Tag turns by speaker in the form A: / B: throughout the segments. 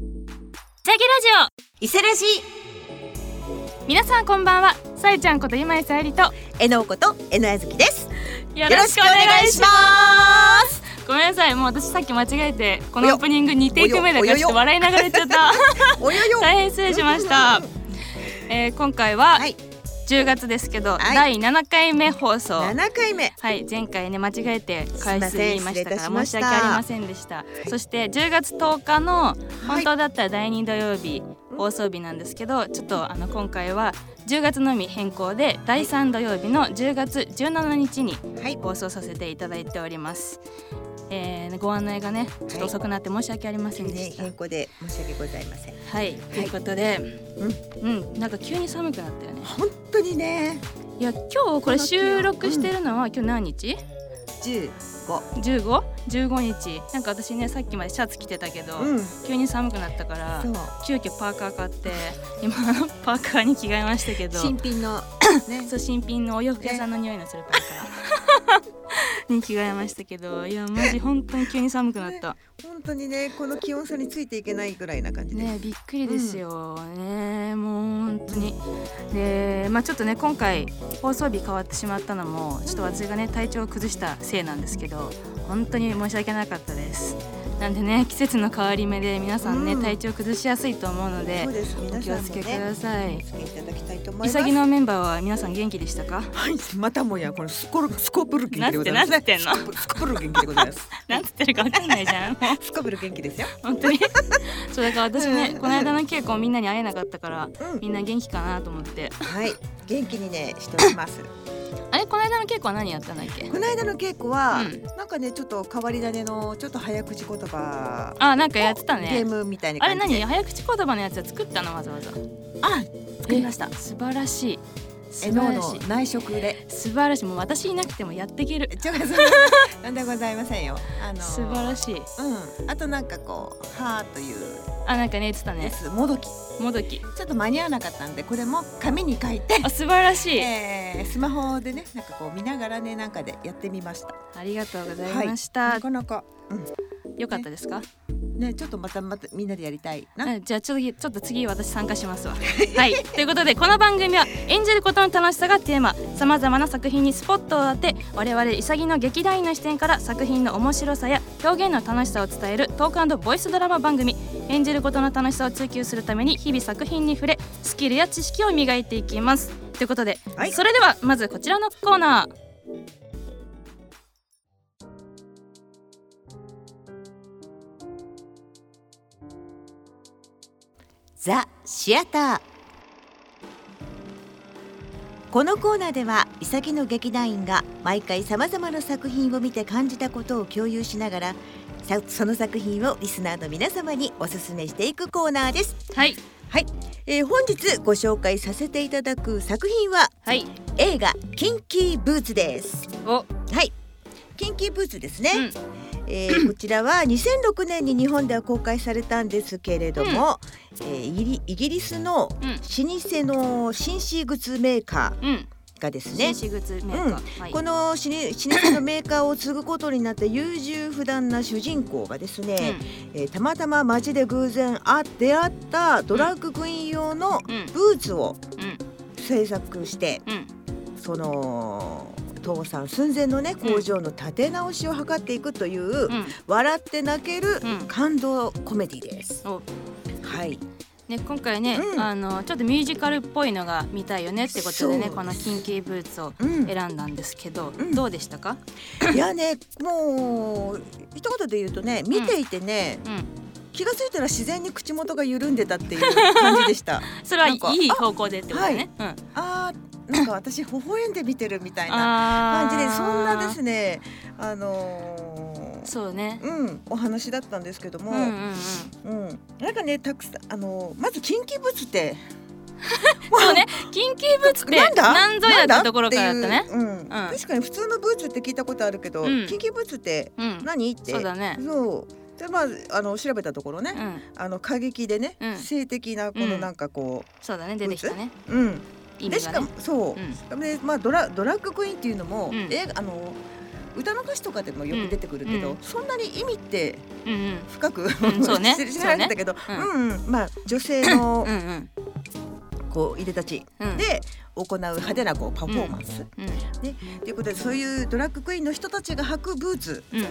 A: チャギラジ
B: 伊勢ラジ
A: オ皆さんこんばんはさえちゃんこと今井さゆりとよ
B: えのうことえのあずきです
A: ろ
B: よろしくお願いします
A: ごめんなさいもう私さっき間違えてこ
B: お
A: の
B: よ
A: オープニング2テイク目で
B: およおよ
A: ちょっと笑いながら言っちゃった
B: およよ
A: 大変失礼しましたえー、今回は
B: はい
A: 10月ですけど、
B: は
A: 第7回目放送
B: 7回目
A: はい前回ね間違えて回数言いましたか
B: すい
A: ら
B: ま
A: 申し
B: せん失礼いたしました
A: 訳ありませんでしたそして10月10日の本当だったら第2土曜日放送日なんですけどちょっとあの今回は10月のみ変更で第3土曜日の10月17日に
B: はい
A: 放送させていただいております、えーご案内がねちょっと遅くなって申し訳ありませんで
B: ね
A: した、
B: 変更で申し訳ございません
A: はい、ということで、うん、なんか急に寒くなったよね
B: 本当にね
A: いや今日これ収録してるのは、今日何日
B: 15
A: 15?15 日なんか私ねさっきまでシャツ着てたけど、
B: うんそ
A: 急に寒くなったから
B: う
A: 急遽パーカー買って今 パーカーに着替えましたけど
B: 新品の ね
A: そう新品のお洋服屋さんの匂いのするパー カーに着替えましたけどいやマジ本当に急に寒くなった
B: 本当にねこの気温差についていけないぐらいな感じです
A: ねびっくりですよ、ねもう本当にでまあちょっとね今回放送日変わってしまったのもちょっと私がね体調を崩したせいなんですけど本当に申し訳なかったですなんでね季節の変わり目で皆さんね、
B: うん
A: 体調崩しやすいと思うので
B: そうです
A: お
B: 皆
A: 気
B: さ
A: を
B: ん
A: つ
B: も
A: けく
B: ね
A: ださい
B: お気をつけいただきたいと
A: イ
B: 思います
A: サギのメンバーは皆さん元気でしたか
B: はいまたもやこのスコルスコプル元気でございます
A: なんてなんて
B: スコプスコプル元気でございます
A: なんつってるかわかんないじゃんもう
B: スコプル元気ですよ
A: 本当にそうだから私ね
B: うん
A: この間の稽古みんなに会えなかったから
B: うん
A: みんな元気かなと思って
B: はい、元気にねしております。
A: あれこの間の稽古は何やったんだっけ
B: この間の稽古は、
A: うん
B: なんかねちょっと変わり種のちょっと早口言葉、
A: あなんかやってた
B: ゲー
A: ね
B: ムみたいな
A: あれ
B: 感じ
A: 何
B: で。
A: 早口言葉のやつは作ったのわざわざ
B: あ作りました
A: え素晴らしい素
B: え
A: 晴
B: 脳
A: ら
B: の
A: しい
B: 内 職で。
A: 素晴らしいもう私いなくてもやっていける
B: ちょっとなんでございませんよ。あの
A: 素晴らしい
B: うん、あとなんかこうはーという
A: あなんかね言ってた
B: や
A: ね
B: つもどき
A: もどき
B: ちょっと間に合わなかったんでこれも紙に書いて、
A: あ素晴らしい、
B: えー、スマホでねなんかこう見ながらねなんかでやってみました。
A: ありがとうございました、
B: なかなか、
A: よかったですか
B: うん、ねちょっとまたまたみんなでやりたいな。
A: はいじゃあちょっと次ちょっと次私参加しますわ。 はい、ということでこの番組は演じることの楽しさがテーマさまざまな作品にスポットを当て我々潔の劇団員の視点から作品の面白さや表現の楽しさを伝えるトークボイスドラマ番組「演じることの楽しさ」を追求するために日々作品に触れスキルや知識を磨いていきます。ということで、
B: はい
A: それではまずこちらのコーナー。
B: ザ・シアターこのコーナーでは潔の劇団員が毎回さまざまな作品を見て感じたことを共有しながらさその作品をリスナーの皆様におすすめしていくコーナーです。
A: はい、
B: はい、えー本日ご紹介させていただく作品は
A: はい、
B: 映画「キンキーブーツ」です。
A: お、
B: はいキンキーブーツですね、
A: うん
B: えーこちらは2006年に日本では公開されたんですけれども、えーイギリイギリスの老舗
A: うん
B: の紳士靴メーカ
A: うん、
B: ーがですね
A: 紳、士グッズメーカー、はい
B: この老舗老舗のメーカーを継ぐことになった優柔不断な主人公がです
A: う
B: ね、
A: ん
B: えーたまたま街で偶然あ出会ったドラッグクイーン用の
A: うん
B: ブーツを
A: うん
B: 制作して
A: うん
B: その倒産寸前のね工場の立て直しを図っていくとい
A: う
B: う、
A: ん
B: 笑って泣ける
A: うん
B: 感動コメディです。
A: お
B: はい。
A: ね、今回ね、
B: うん
A: あのちょっとミュージカルっぽいのが見たいよねってことで
B: そうで
A: ね
B: す
A: この「キンキーブーツ」を
B: うん。
A: 選んだんですけど、
B: ん
A: どうでしたか、
B: いやね、もう一言で言うとね、見ていてね、
A: うん、
B: 気がついたら自然に口元が緩んでたっていう感じ でした。
A: それは
B: ないんか
A: い方向でってことね。うん
B: あー、なんか私微笑んで見てるみたいな
A: あ
B: 感じで、そんなです
A: ね。
B: ね、あのー
A: そうね。
B: うん、お話だったんですけども、
A: う
B: うん
A: うんう
B: ん、
A: ん。
B: なんかね、たくさんあのーまず近畿物って
A: そうね、キンキーブーツって
B: なんだ
A: 何ぞやってところからだったね。
B: ていううん
A: ん
B: 確かに普通のブーツって聞いたことあるけど、
A: うん
B: キンキブーツって
A: うん、
B: 何って
A: そうだね。
B: そうでまああの調べたところね、
A: うん、
B: あの過激でね、
A: うん
B: 性的なこ
A: う
B: の
A: ん
B: なんかこ
A: そうだね、出てきたね。
B: う、うん
A: 意
B: で
A: 味
B: し
A: が
B: か
A: ね
B: も。そうう、
A: ん
B: でまあドラドラッグクイーンっていうのも、
A: うん
B: 映画あの歌の歌詞とかでもよく出てくるけど、
A: うん
B: そんなに意味って
A: うんうん
B: 深く、
A: んそうね
B: 知らなかったけどう,、
A: そうね
B: ん、まあ女性の
A: うんうん
B: こういでたち
A: うん
B: で行う派手なこうパフォーマンス、
A: うん
B: ということでそういうドラッグクイーンの人たちが履くブーツ
A: うん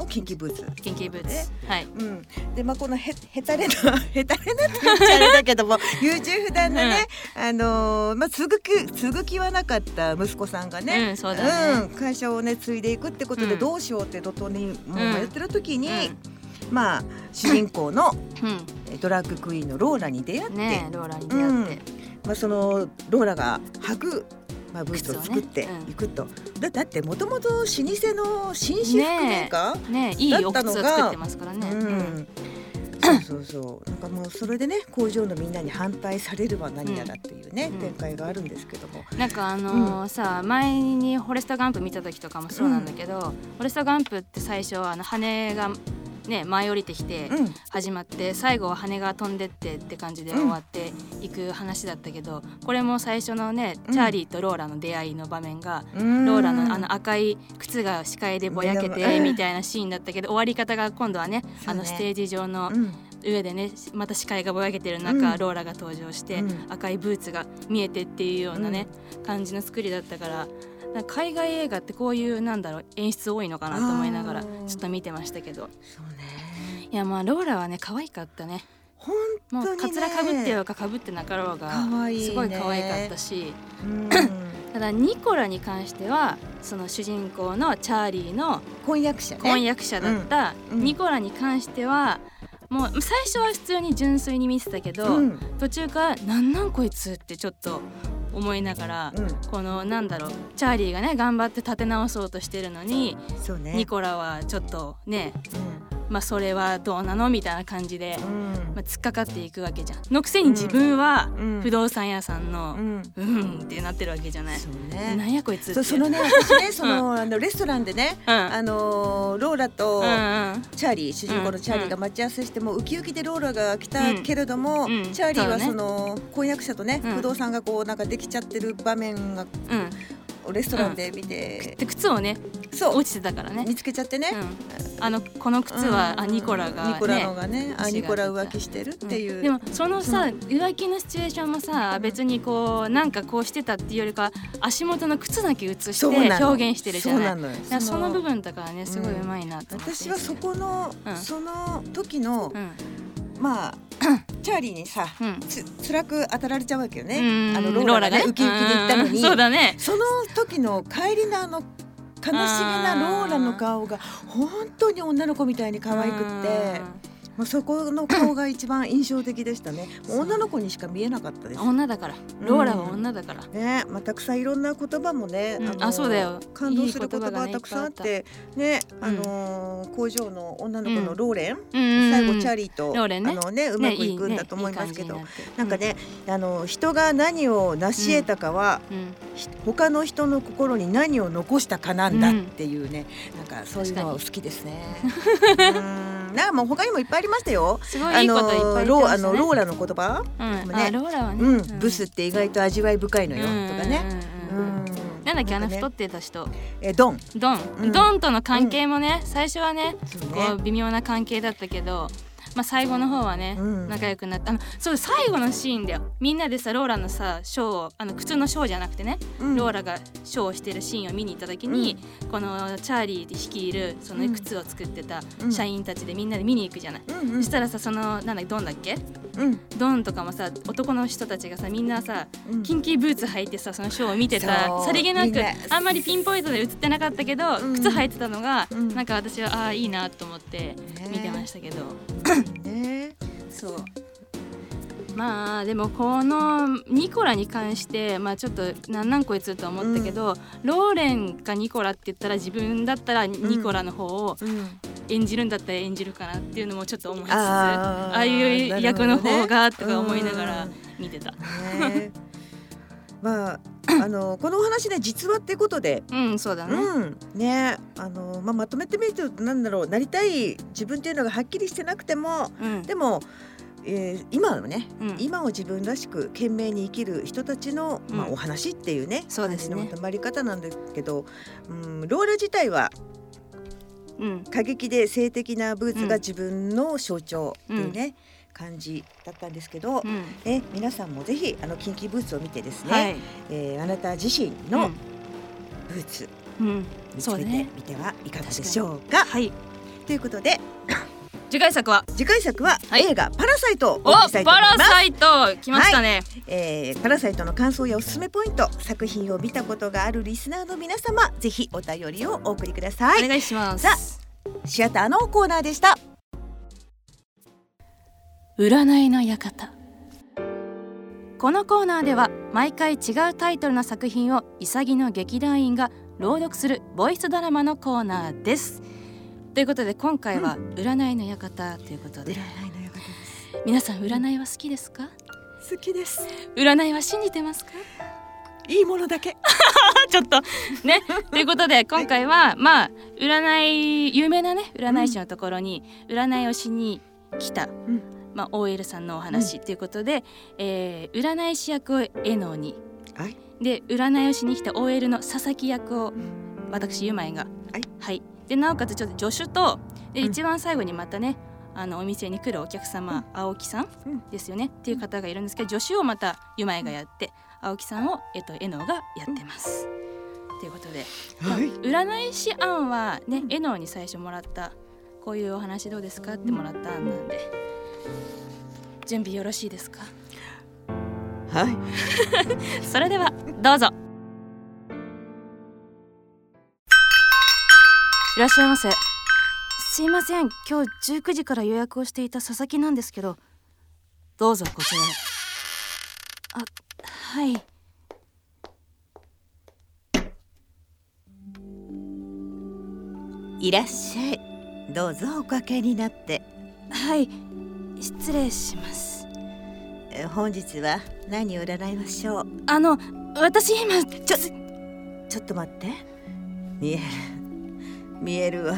B: をキンキブーツ。
A: 研究ブーツはい
B: うん、でまあこのへへたれな へたれなって言っちゃあれだけ ども優柔不断なね、あのーまあ継ぐ気継ぐ気はなかった息子さんがね、
A: うんそうだね
B: うん会社をね継いでいくってことで
A: うん
B: どうしようって怒涛にもう
A: うん
B: 迷ってる時に、まあ主人公の
A: うんうん
B: えドラッグクイーンのローラに出会って、
A: ねえローラに出会って
B: まあ、そのローラが履く、まあ、ブーツを作って
A: 靴をねうん
B: いくと、だだってもともと老舗の紳士服メーカー、
A: ねえいいお
B: だった
A: 靴
B: の
A: を
B: が
A: 作ってますからね
B: うん、そうそうそうなんかもうそれでね工場のみんなに反対されるは何やらっていうね、
A: うん
B: 展開があるんですけども、
A: なんかあのーさ前に「フォレスト・ガンプ」見た時とかもそうなんだけど、フォレスト・ガンプって最初はあの羽がね舞い降りてきて
B: うん
A: 始まって最後は羽が飛んでってって感じで終わっていく話だったけどこれも最初のね
B: うん
A: チャーリーとローラの出会いの場面が。
B: うん
A: ローラのあの赤い靴が視界でぼやけ
B: う
A: て
B: ん
A: みたいなシーンだったけど終わり方が今度はねあの
B: そうね
A: ステージ上の
B: うん
A: 上でねまた視界がぼやけてる
B: う
A: 中、
B: ん
A: ローラが登場して、
B: うん
A: 赤いブーツが見えてっていうようなね、感じの作りだったからなんか海外映画ってこういうなんだろう演出多いのかなと思いなが
B: あ
A: らち
B: ー
A: ょっと見てましたけど
B: そうね
A: いやまあローラはね可愛かったね
B: 本
A: も
B: 当
A: う
B: に
A: か
B: ね
A: つらかぶってようかかぶってなかろうが
B: 可愛いね
A: すごい可愛かったし
B: うん
A: ただニコラに関してはその主人公のチャーリーの
B: 婚約者ね
A: 婚約者だった
B: うんうん
A: ニコラに関してはもう最初は普通に純粋に見てたけど、
B: うん
A: 途中から「なんなんこいつ」ってちょっと思いながら、
B: うん
A: このなんだろうチャーリーがね頑張って立て直そうとしてるのに、
B: そうね
A: ニコラはちょっとね
B: う
A: まあそれはどうなのみたいな感じで、
B: んうん
A: まあ、突っかかっていくわけじゃん。のくせに自分は
B: うん
A: 不動産屋さんの
B: う、ん
A: うん、ってなってるわけじゃない。
B: そう
A: な
B: ね
A: んやこいつって。
B: そうそのね私ねその,、あのレストランでね
A: うん、
B: あのーローラと、
A: うん
B: チャーリー主人公のチャーリーが
A: う
B: 待ち合わせしてもうウキウキでローラが来たけれども、
A: うんうん
B: チャーリーは
A: そ
B: そう
A: ね
B: の婚約者とね、
A: うん
B: 不動産がこうなんかできちゃってる場面が
A: うん、うん。
B: レストランで見て、
A: で靴をね
B: そう
A: 落ちてたからね。
B: 見つけちゃってね、
A: うん、あのこの靴は、
B: うん
A: あニコラがね。
B: ニコラのがねあ
A: 違う
B: ニコラ浮気してるっていう、
A: うんでもそのさ、浮気のシチュエーションもさ、
B: うん
A: 別にこうなんかこうしてたっていうよりか足元の靴だけ写して
B: そうなの
A: 表現してるじゃない
B: そうなのよ
A: だからその部分とかは
B: ん
A: ねすごいうまいなと思って、
B: 私はそこの、
A: うん
B: その時の、
A: うん
B: まあ チャーリーにさ
A: うん
B: つ辛く当たられちゃうわけよね、
A: うん
B: あのローラがね
A: ロ
B: ウキウキで行ったのに、
A: うんそうだね
B: その時の帰りのあの悲しげなローラの顔が本当に女の子みたいに可愛くってもうそこの顔が一番印象的でしたねもう女の子にしか見えなかったで
A: うん
B: す
A: 女だからローラは女だから、
B: ねまあ、たくさんいろんな言葉もね、
A: うん
B: の
A: あそうだよ
B: 感動する言葉が
A: いい言葉がね
B: たくさんあってね、あのー工場の女の子のローレン、
A: うんうん
B: 最後チャー
A: リ
B: リーと、
A: ローレンね
B: あのねうまくいくんだと思いますけど、
A: な
B: な
A: ん
B: か、ね、あの人が何を成し得たかは、
A: うんうん
B: ひ他の人の心に何を残したかなんだっていうね、なんかそういうのは好きですね。うんなんかもう他にもいっぱいありましたよ。
A: すごいいいこといっぱい言って
B: ロー
A: ま
B: あ
A: し
B: の
A: たね
B: ローラの言葉、
A: うん
B: ね
A: あローラはね、
B: うん、ブスって意外と味わい深いの
A: の
B: よ、とかね。うん
A: なんだっけあの
B: かね
A: 太ってた人
B: えドン、
A: ドン、
B: うん
A: ドンとの関係もね、最初はね
B: そう
A: こう
B: ね。
A: 微妙な関係だったけど、まあ、最後の方はね、
B: うん
A: 仲良くなったあのそう最後のシーンだよみんなでさローラのさショーをあの靴のショーじゃなくてね、
B: うん
A: ローラがショーをしてるシーンを見に行った時に、このチャーリー率いるその靴を作ってた
B: うん
A: 社員たちでみんなで見に行くじゃない。
B: うんうん
A: そしたらさそのなんだっけドンだっけ
B: うん
A: ドンとかもさ男の人たちがさみんなさ
B: うん
A: キンキーブーツ履いてさそのショーを見て
B: そ
A: た
B: う
A: さりげな
B: みん
A: く
B: な
A: あんまりピンポイントで映ってなかったけど、
B: うん
A: 靴履いてたのが、
B: うん
A: なんか私はああいいなと思って見てましたけど、
B: ね。
A: そうまあでもこのニコラに関してまあちょっとなんなんこいつとは思ったけど、ローレンかニコラって言ったら自分だったらニコラの方を
B: うん
A: 演じるんだったら演じるかなっていうのもちょっと思いつつあ
B: あー
A: あいう役の方がとか思いなが。
B: るほど
A: ら
B: ね
A: 見てた。
B: うんねま ああのこのお話ね実話っていうことで
A: うん、そうだね、
B: うん、ねあの、まあ、まとめてみるとなんだろうなりたい自分っていうのがはっきりしてなくても
A: うん
B: でもえー今のね、
A: うん
B: 今を自分らしく懸命に生きる人たちの、まあ、
A: うん
B: お話っていうね
A: そうですね
B: 感じのまとまり方なんですけど、うん、ローラ自体は
A: うん
B: 過激で性的なブーツが
A: うん
B: 自分の象徴っていうね、感じだったんですけ
A: う
B: ど、
A: ん
B: え皆さんもぜひあのキンキブーツを見てですね、
A: はい
B: えーあなた自身のブーツ
A: うんうん
B: 見つ
A: そう
B: け
A: だ
B: て
A: ね
B: みてはいかがでしょうか。
A: はい
B: ということで
A: 次回作は
B: 次回作は
A: はい
B: 映画、パラサイトを
A: お
B: お送りしたいと
A: パ
B: 思いま
A: ラ
B: す。
A: サイト来ましたね
B: えーパラサイトの感想やおすすめポイント作品を見たことがあるリスナーの皆様ぜひお便りをお送りくださ
A: お
B: い
A: 願いしま
B: さ
A: す
B: シアターのコーナーでした
A: 占いの館このコーナーでは毎回違うタイトルの作品を潔の劇団員が朗読するボイスドラマのコーナーですということで今回は占いの館ということで、
B: のよかっ
A: 皆さん占いは好きですか
B: です好きです
A: 占いは信じてますか
B: いいものだけ
A: ちょっとねということで今回はまあ占い有名なね占い師のところに占いをしに来た、
B: ん
A: まあ、OL さんのお話ということで、えー占い師役をえのに
B: はい
A: で占いをしに来た OL の佐々木役を私ゆまえが
B: はい、
A: でなおかつちょっと助手とで、
B: うん
A: 一番最後にまたねあのお店に来るお客様、青木さん
B: うん
A: ですよねっていう方がいるんですけど助手をまたゆまえがやって青木さんをえっとえのがやってます。ということで、まあ
B: はい
A: 占い師案はねえのに最初もらったこういうお話どうですかってもらった案なんで準備よろしいですか
B: はい
A: それではどうぞいらっしゃいませすいません今日19時から予約をしていた佐々木なんですけどどうぞこちらへあはい
B: いらっしゃいどうぞおかけになって
A: はい失礼します
B: えー本日は何を占いましょう
A: あの私今ちょ
B: ちょっと待って見える見えるわ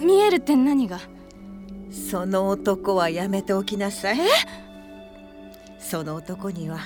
A: 見えるって何が
B: その男はやめておきなさいその男には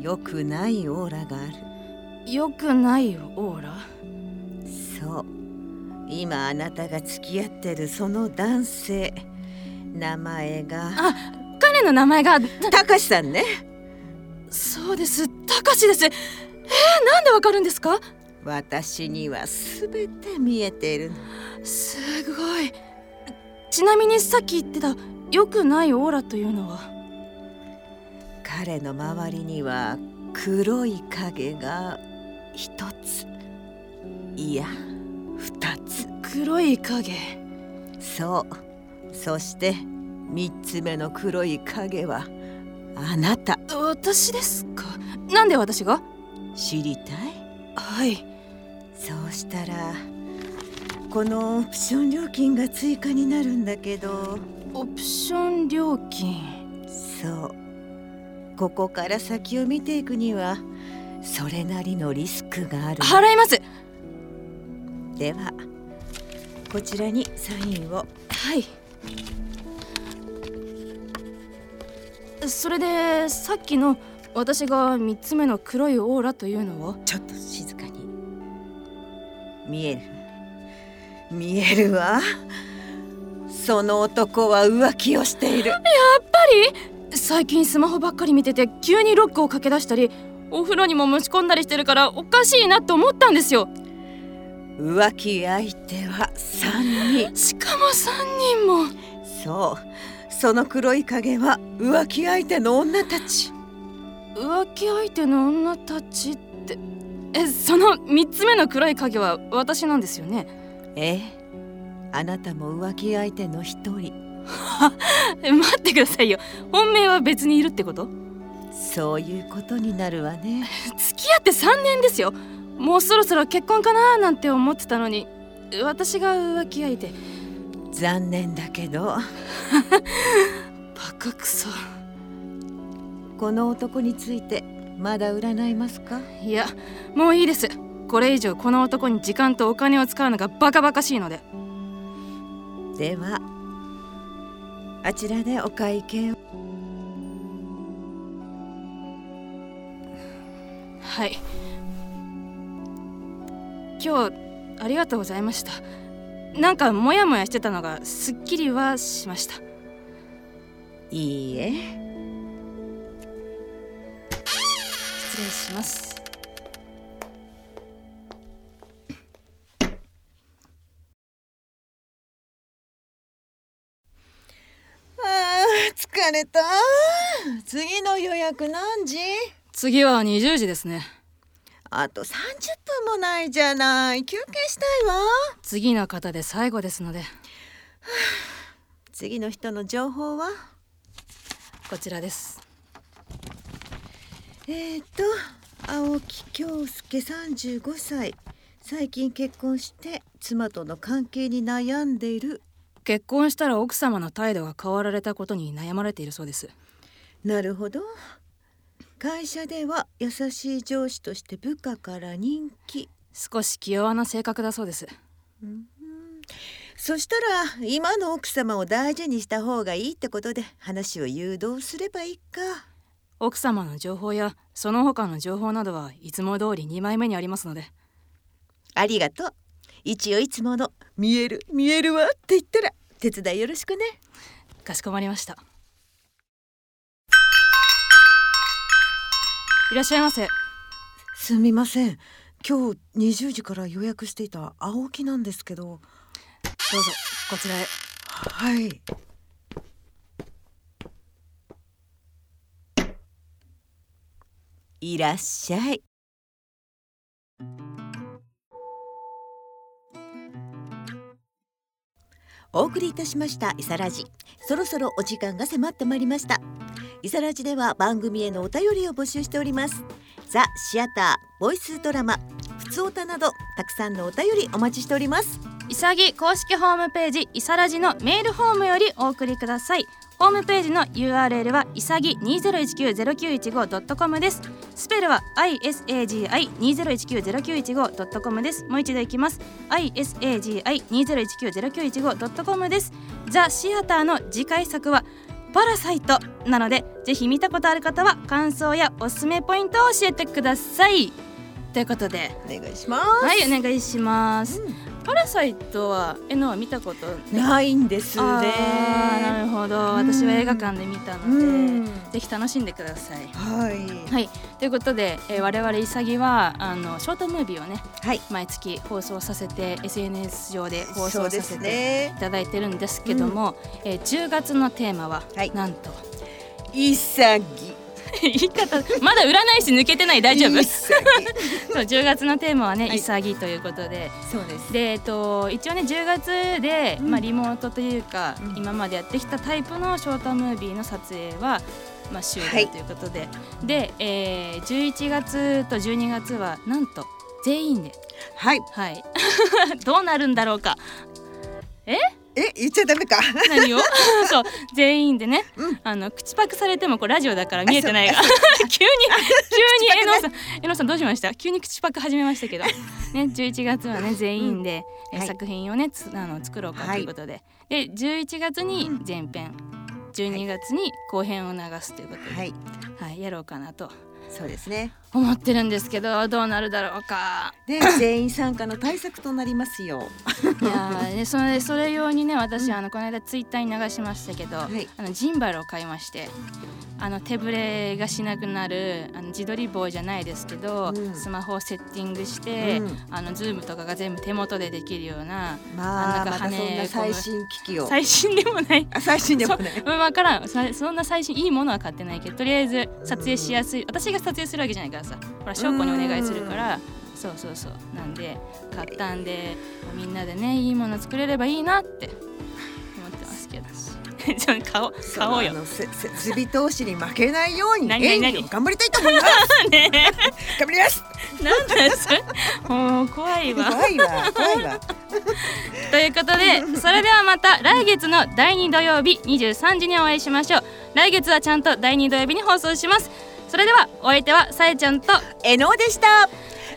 B: 良くないオーラがある
A: 良くないよオーラ
B: そう今あなたが付き合ってるその男性名前が
A: あ彼の名前が
B: たかしさんね
A: そうですたかしですえー、なんでわかるんですか
B: 私には全て見えているの
A: すごいちなみにさっき言ってた良くないオーラというのは
B: 彼の周りには黒い影が一ついや二つ
A: 黒い影
B: そうそして三つ目の黒い影はあなた
A: 私ですかなんで私が
B: 知りたい
A: はい
B: そうしたらこのオプション料金が追加になるんだけど
A: オプション料金
B: そうここから先を見ていくにはそれなりのリスクがある
A: 払います
B: ではこちらにサインを
A: はいそれでさっきの私が3つ目の黒いオーラというのは
B: ちょっと静かに見える見えるわその男は浮気をしている
A: 最近スマホばっかり見てて急にロックをかけ出したりお風呂にも持ち込んだりしてるからおかしいなと思ったんですよ
B: 浮気相手は3人
A: しかも3人も
B: そうその黒い影は浮気相手の女たち
A: 浮気相手の女たちってえその3つ目の黒い影は私なんですよね
B: ええあなたも浮気相手の一人
A: え待ってくださいよ本命は別にいるってこと
B: そういうことになるわね
A: 付き合って3年ですよもうそろそろ結婚かなーなんて思ってたのに私が浮気相手
B: 残念だけど
A: バカくそ
B: この男についてまだ占いますか
A: いやもういいですこれ以上この男に時間とお金を使うのがバカバカしいので
B: ではあちらでお会計を
A: はい今日ありがとうございましたなんかモヤモヤしてたのがすっきりはしました
B: いいえ
A: 失礼します
B: あー疲れた次の予約何時
A: 次は20時ですね
B: あと30分もないじゃない休憩したいわ
A: 次の方で最後ですので
B: 次の人の情報は
A: こちらです
B: えー、っと青木京介35歳最近結婚して妻との関係に悩んでいる
A: 結婚したら奥様の態度が変わられたことに悩まれているそうです
B: なるほど会社では優しい上司として部下から人気
A: 少し気弱な性格だそうです
B: そしたら今の奥様を大事にした方がいいってことで話を誘導すればいいか
A: 奥様の情報やその他の情報などはいつも通り2枚目にありますので
B: ありがとう一応いつもの「見える見えるわ」って言ったら手伝いよろしくね
A: かしこまりましたいらっしゃいませ
B: すみません今日20時から予約していた青木なんですけど
A: どうぞこちらへ
B: はいいらっしゃいお送りいたしましたイサラジそろそろお時間が迫ってまいりましたイサラジでは番組へのお便りを募集しておりますザ・シアター、ボイスドラマ、ふつおたなどたくさんのお便りお待ちしております
A: いさぎ公式ホームページいさらじのメールフォームよりお送りくださいホームページの URL はいさぎ2019-0915.com ですスペルは isagi2019-0915.com ですもう一度いきます isagi2019-0915.com ですザ・シアターの次回作はパラサイトなのでぜひ見たことある方は感想やおすすめポイントを教えてくださいということで
B: お願いします
A: はいお願いします、パラサイトはえのは見たこと
B: ないんです
A: あーな
B: ね
A: るほど
B: うん
A: 私は映画館で見たので、
B: うん
A: ぜひ楽しんでください
B: はい
A: はいということで、えー、我々イサギはあのショートムービーをね
B: はい
A: 毎月放送させて SNS 上で放
B: そ
A: 送
B: うで
A: さ
B: す
A: せてい
B: ね
A: ただいてるんですけども、えー10月のテーマは、
B: はい
A: なんと
B: 潔
A: 言い方まだ占い師抜けてない大丈夫
B: 潔
A: そう10月のテーマはね、
B: はい
A: イサギということで
B: そうです
A: で、えっと、一応ね10月で、
B: うん
A: まあ、リモートというか、
B: うん
A: 今までやってきたタイプのショートムービーの撮影は、まあ、終
B: はい
A: 了ということで、で、えー、11月と12月はなんと全員で、
B: はい
A: はい どうなるんだろうか
B: え言っちゃダメか
A: 何を そう全員でね、
B: うん
A: あの口パクされてもこうラジオだから見えてないが
B: あ
A: 急に 急にえのさんえのさんどうしました急に口パク始めましたけどね11月はね全員で、
B: う
A: え
B: んはい
A: 作品をねつあの作ろうかということで、で11月に前編、12月に後編を流すということで、
B: はい
A: はいやろうかなと
B: そうですね
A: 思ってるんですけどどうなるだろうか
B: で全員参加の対策となりますよ
A: いやー、ね、そ れそれ用にね私あのこの間ツイッターに流しましたけど、
B: はい
A: あのジンバルを買いましてあの手ぶれがしなくなるあの自撮り棒じゃないですけど、
B: うん
A: スマホをセッティングして、
B: うん
A: あのズームとかが全部手元でできるような
B: ま
A: あな
B: あ
A: ん
B: ま
A: か跳
B: たそん
A: ね
B: な最新機器を
A: 最新でもない
B: あ最新でもない
A: 分からんそそんな最新いいものは買ってないけどとりあえず撮影しやすい私が撮影するわけじゃないからさほら翔子にお願いするから。そうそうそうなんで買ったんでみんなでねいいもの作れればいいなって思ってます けどちょっと顔顔よ
B: あのせ せ設備投資に負けないように
A: 何
B: 演
A: 何何
B: 技を頑張りたいと思います
A: ねえ
B: 頑張ります
A: なんだそれもう怖いわ
B: 怖いわ怖 いわ
A: ということでそれではまた来月の第2土曜日23時にお会いしましょう来月はちゃんと第2土曜日に放送しますそれではお相手はさえちゃんと
B: えのでした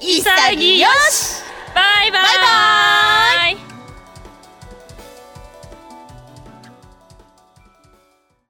A: 潔しバイバイバイバイ